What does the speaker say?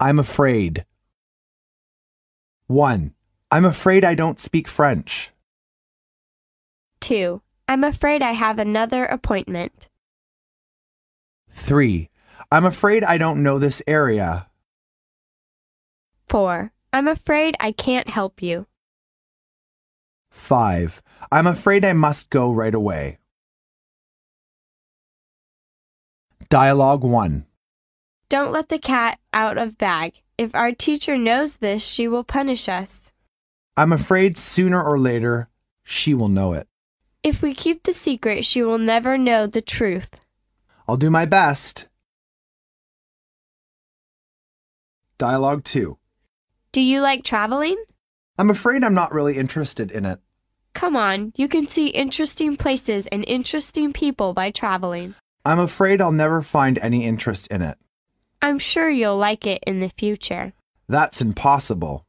I'm afraid. 1. I'm afraid I don't speak French. 2. I'm afraid I have another appointment. 3. I'm afraid I don't know this area. 4. I'm afraid I can't help you. 5. I'm afraid I must go right away. Dialogue 1. Don't let the cat out of bag. If our teacher knows this, she will punish us. I'm afraid sooner or later she will know it. If we keep the secret, she will never know the truth. I'll do my best. Dialogue 2. Do you like traveling? I'm afraid I'm not really interested in it. Come on, you can see interesting places and interesting people by traveling. I'm afraid I'll never find any interest in it. I'm sure you'll like it in the future. That's impossible.